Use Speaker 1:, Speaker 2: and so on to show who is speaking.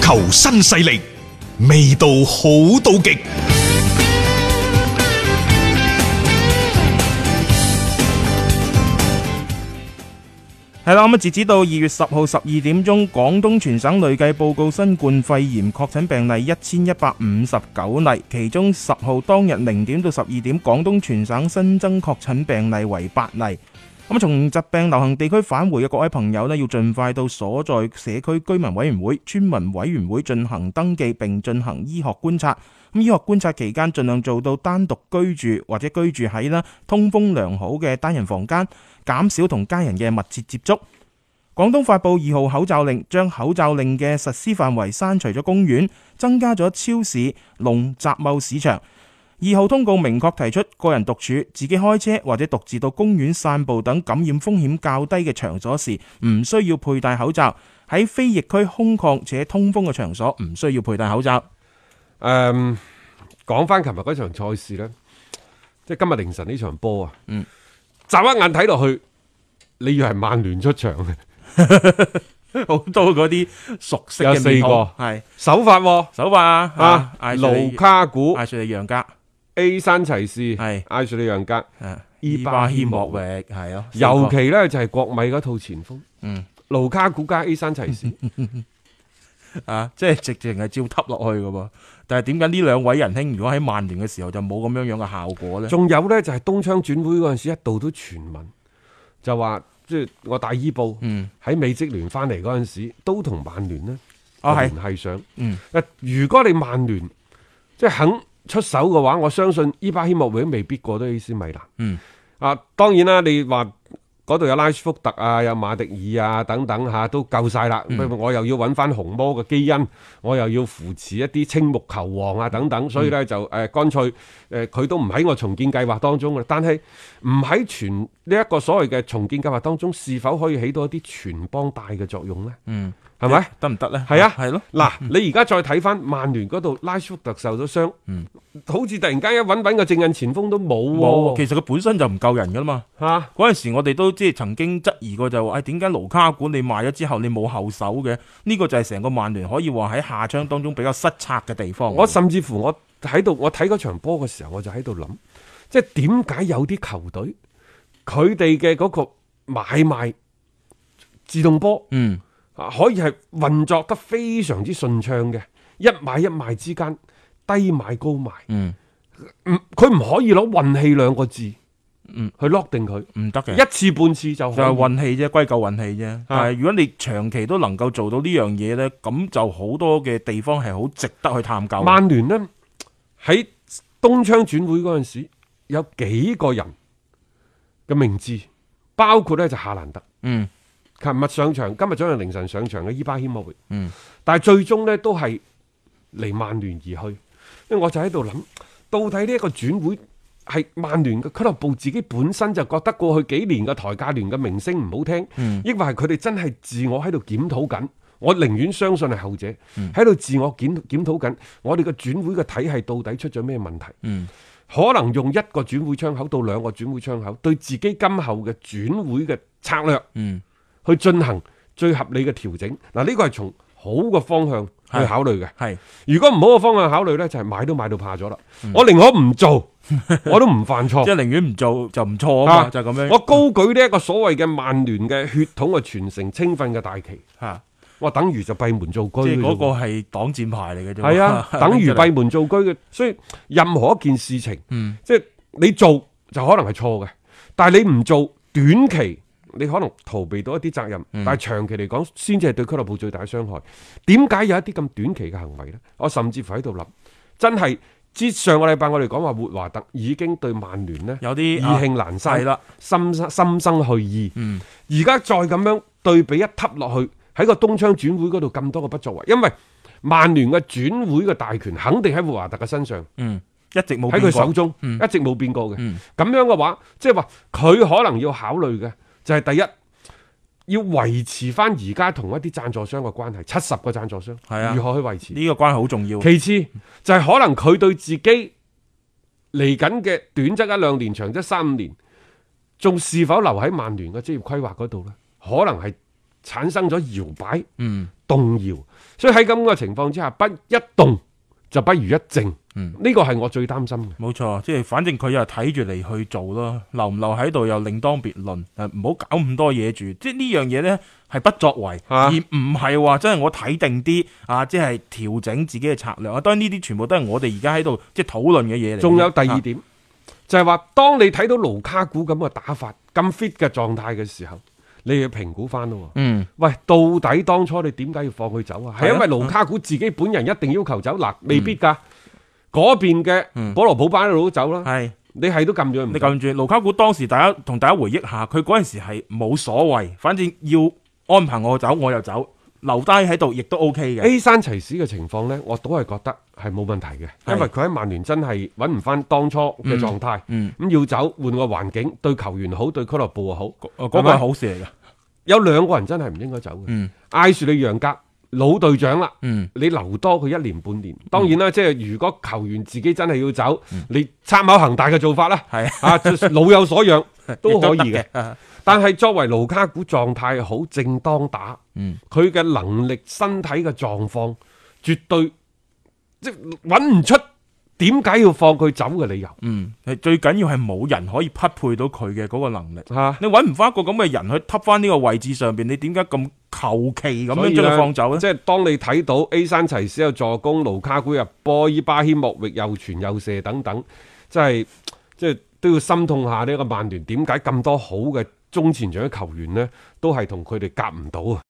Speaker 1: 球新勢力，味道好到極。
Speaker 2: 係啦，咁啊，截止到二月十號十二點鐘，廣東全省累計報告新冠肺炎確診病例一千一百五十九例，其中十號當日零點到十二點，廣東全省新增確診病例為八例。咁從疾病流行地區返回嘅各位朋友呢，要盡快到所在社區居民委員會、村民委員會進行登記，並進行醫學觀察。咁醫學觀察期間，盡量做到單獨居住或者居住喺啦通風良好嘅單人房間，減少同家人嘅密切接觸。廣東發布二號口罩令，將口罩令嘅實施範圍刪除咗公園，增加咗超市、農集貿市場。二號通告明確提出，個人獨處、自己開車或者獨自到公園散步等感染風險較低嘅場所時，唔需要佩戴口罩；喺非疫區空曠且通風嘅場所，唔需要佩戴口罩。
Speaker 3: 誒，嗯講翻琴日嗰場賽事呢，即係今日凌晨呢場波啊，
Speaker 2: 嗯，
Speaker 3: 乍一眼睇落去，你以為係曼聯出場 嘅
Speaker 2: 好多嗰啲熟悉嘅
Speaker 3: 有四
Speaker 2: 面孔
Speaker 3: 個
Speaker 2: 係
Speaker 3: 首發喎
Speaker 2: 手法啊
Speaker 3: 啊，
Speaker 2: 艾瑞利
Speaker 3: 盧卡古
Speaker 2: 艾、瑞利楊格
Speaker 3: A 山齊士、
Speaker 2: 係
Speaker 3: 艾瑞利楊格，
Speaker 2: 啊，
Speaker 3: 伊
Speaker 2: 伊
Speaker 3: 巴
Speaker 2: 巴
Speaker 3: 謙
Speaker 2: 謙
Speaker 3: 莫
Speaker 2: 莫域係咯，四個
Speaker 3: 尤其呢就係國米嗰套前鋒，
Speaker 2: 嗯，
Speaker 3: 盧卡古加 A 山 齊士，
Speaker 2: 啊，即係直情係照揼落去嘅喎。但係點解呢兩位仁兄如果喺曼聯嘅時候就冇咁樣樣嘅效果咧？
Speaker 3: 仲有呢就係東窗轉會嗰陣時一度都傳聞，就話即係我大伊布
Speaker 2: 嗯，
Speaker 3: 喺美職聯翻嚟嗰陣時，都同曼聯呢
Speaker 2: 哦係
Speaker 3: 聯繫上。
Speaker 2: 嗯，
Speaker 3: 嗱，如果你曼聯即係肯出手嘅話，我相信伊巴希莫會都未必過到 AC 米蘭。
Speaker 2: 嗯，
Speaker 3: 啊，當然啦，你話嗰度有拉舒福特啊，有馬迪爾啊等等嚇、都夠晒啦。
Speaker 2: 嗯
Speaker 3: 不過我又要揾翻紅魔嘅基因，我又要扶持一啲青木球王啊等
Speaker 2: 嗯
Speaker 3: 等，所以呢，就誒、呃乾脆誒佢、都唔喺我重建計劃當中嘅。但係唔喺全呢一個所謂嘅重建計劃當中，是否可以起到一啲全幫帶嘅作用呢？
Speaker 2: 嗯，
Speaker 3: 係咪？
Speaker 2: 得唔得咧？
Speaker 3: 係啊
Speaker 2: 係咯，
Speaker 3: 嗱，你而家再睇翻曼聯嗰度，拉舒福特受咗傷，
Speaker 2: 嗯
Speaker 3: 好似突然間一揾揾個正印前鋒都冇
Speaker 2: 冇，
Speaker 3: 喎，
Speaker 2: 其實佢本身就唔夠人噶啦嘛。
Speaker 3: 嚇
Speaker 2: 嗰陣時我哋都即係曾經質疑過就話，誒點解盧卡古你賣咗之後你冇後手嘅？呢、個就係成個曼聯可以話喺下窗當中比較失策嘅地方。
Speaker 3: 我甚至乎我喺度，我睇嗰場波嘅時候，我就喺度諗，即係點解有啲球隊佢哋嘅嗰個買賣自動波
Speaker 2: 嗯
Speaker 3: 啊，可以係運作得非常之順暢嘅，一買一賣之間低買高賣，
Speaker 2: 嗯
Speaker 3: 唔佢唔可以攞運氣兩個字，
Speaker 2: 嗯，
Speaker 3: 去 lock 定佢
Speaker 2: 唔得嘅。
Speaker 3: 一次半次就
Speaker 2: 就
Speaker 3: 可以啊
Speaker 2: 係運氣啫，歸咎運氣啫。但係如果你長期都能夠做到呢樣嘢呢，咁就好多嘅地方係好值得去探究。
Speaker 3: 曼聯呢，喺東窗轉會嗰陣時，有幾個人嘅名字，包括呢就夏蘭特，
Speaker 2: 嗯
Speaker 3: 琴日上場，今日早上凌晨上場嘅伊巴謙莫域，
Speaker 2: 嗯
Speaker 3: 但係最終呢都係離曼聯而去。因為我就喺度諗，到底呢一個轉會係曼聯嘅俱樂部自己本身就覺得過去幾年嘅台價聯嘅名聲唔好聽，
Speaker 2: 嗯
Speaker 3: 抑或係佢哋真係自我喺度檢討緊。我寧願相信係後者
Speaker 2: 嗯
Speaker 3: 喺度自我檢檢討緊，我哋嘅轉會嘅體系到底出咗咩問題？
Speaker 2: 嗯
Speaker 3: 可能用一個轉會窗口到兩個轉會窗口，對自己今後嘅轉會嘅策略
Speaker 2: 嗯，
Speaker 3: 去進行最合理嘅調整。嗱，呢個係從好嘅方向去考慮嘅。
Speaker 2: 係
Speaker 3: 如果唔好嘅方向考慮呢，就係、買都買到怕咗啦。我寧可 唔做，我都唔犯
Speaker 2: 嗯
Speaker 3: 錯
Speaker 2: 即。係寧願唔做就唔錯啊嘛，
Speaker 3: 啊
Speaker 2: 就係咁樣。
Speaker 3: 我高舉呢一個所謂嘅曼聯嘅血統嘅傳承青訓嘅大旗，
Speaker 2: 嚇，
Speaker 3: 我等於就閉門造車。
Speaker 2: 即係嗰個係擋箭牌嚟嘅 啫。，
Speaker 3: 哦係啊等於
Speaker 2: 真係
Speaker 3: 閉門造車嘅。所以任何一件事情，
Speaker 2: 嗯
Speaker 3: 即係你做就可能係錯嘅，但係你唔做，短期你可能逃避到一啲責任，
Speaker 2: 嗯
Speaker 3: 但係長期嚟講，先至係對俱樂部最大嘅傷害。點解有一啲咁短期嘅行為呢？我甚至乎喺度諗，真係之上個禮拜我哋講話活華特已經對曼聯呢
Speaker 2: 有
Speaker 3: 意
Speaker 2: 啲啊
Speaker 3: 興闌珊
Speaker 2: 係，啦，
Speaker 3: 心生心生去意。
Speaker 2: 嗯
Speaker 3: 而家再咁樣對比一揷落去，喺個東窗轉會嗰度咁多個不作為，因為曼聯嘅轉會嘅大權肯定喺霍華特嘅身上，
Speaker 2: 嗯，一直冇
Speaker 3: 喺
Speaker 2: 變
Speaker 3: 佢
Speaker 2: 過
Speaker 3: 手中，
Speaker 2: 嗯
Speaker 3: 一直冇變過嘅。咁、
Speaker 2: 嗯
Speaker 3: 樣嘅話，即係話佢可能要考慮嘅就係第一，要維持翻而家同一啲贊助商嘅關係，七十個贊助商，
Speaker 2: 係啊
Speaker 3: 如何去維持？
Speaker 2: 呢個關係好重要。
Speaker 3: 其次就係可能佢對自己嚟緊嘅短則一兩年，長則三五年，仲是否留喺曼聯嘅職業規劃嗰度呢？可能係產生咗搖擺、
Speaker 4: 嗯
Speaker 3: 動搖。所以喺咁嘅情況之下，不一動就不如一靜。
Speaker 4: 嗯
Speaker 3: 呢個係我最擔心嘅。
Speaker 2: 冇錯，即係反正佢又睇住嚟去做咯，留唔留喺度又另當別論，誒唔好搞咁多嘢住。即係呢樣嘢呢係不作為，
Speaker 3: 啊
Speaker 2: 而唔係話真係我睇定啲啊，即係調整自己嘅策略啊。當然呢啲全部都係我哋而家喺度即係討論嘅嘢嚟。
Speaker 3: 仲有第二
Speaker 2: 啊
Speaker 3: 點，就係話當你睇到盧卡古咁嘅打法、咁 fit 嘅狀態嘅時候，你要評估翻咯喎。
Speaker 2: 嗯
Speaker 3: 喂，到底當初你點解要放佢走啊？
Speaker 2: 係
Speaker 3: 係
Speaker 2: 啊
Speaker 3: 因為盧卡古自己本人一定要求走，嗱，未必㗎。嗰邊嘅保羅普巴一路都走啦，
Speaker 2: 嗯係。
Speaker 3: 你係都撳咗佢唔
Speaker 2: 你
Speaker 3: 走。
Speaker 2: 撳住盧卡古當時大家同大家回憶下，佢嗰陣時係冇所謂，反正要安排我走我又走，留低喺度亦都 O K 嘅。
Speaker 3: A 山齊士嘅情況呢，我都係覺得係冇問題嘅，
Speaker 2: 係
Speaker 3: 因為佢喺曼聯真係揾唔翻當初嘅狀態。咁、
Speaker 2: 嗯
Speaker 3: 要走，換個環境，對球員好，對俱樂部好。
Speaker 2: 哦嗰個係好事嚟嘅。
Speaker 3: 有兩個人真係唔應該走嘅。
Speaker 4: 嗯
Speaker 3: 艾樹利楊格老隊長啦，
Speaker 4: 嗯
Speaker 3: 你留多佢一年半年。當然啦，即係如果球員自己真係要走，你參考恒大嘅做法啦，
Speaker 2: 係
Speaker 3: 啊老有所養都可以
Speaker 2: 亦
Speaker 3: 嘅。
Speaker 2: 得嘅。
Speaker 3: 但係作為盧卡古狀態好，正當打，
Speaker 4: 嗯
Speaker 3: 佢嘅能力、身體嘅狀況，絕對即係揾唔出點解要放佢走嘅理由
Speaker 4: 嗯
Speaker 2: 係最緊要係冇人可以匹配到佢嘅嗰個能力。
Speaker 3: 嚇。啊
Speaker 2: 你揾唔翻一個咁嘅人去揼翻呢個位置上邊，你點解咁求其咁
Speaker 3: 所以
Speaker 2: 樣將佢
Speaker 3: 呢
Speaker 2: 放走咧？
Speaker 3: 即係當你睇到 A 山齊斯有助攻，盧卡古入波，伊巴謙莫域又傳又射等等，即係即係都要心痛下呢個曼聯點解咁多好嘅中前場嘅球員呢，都係同佢哋夾唔到啊！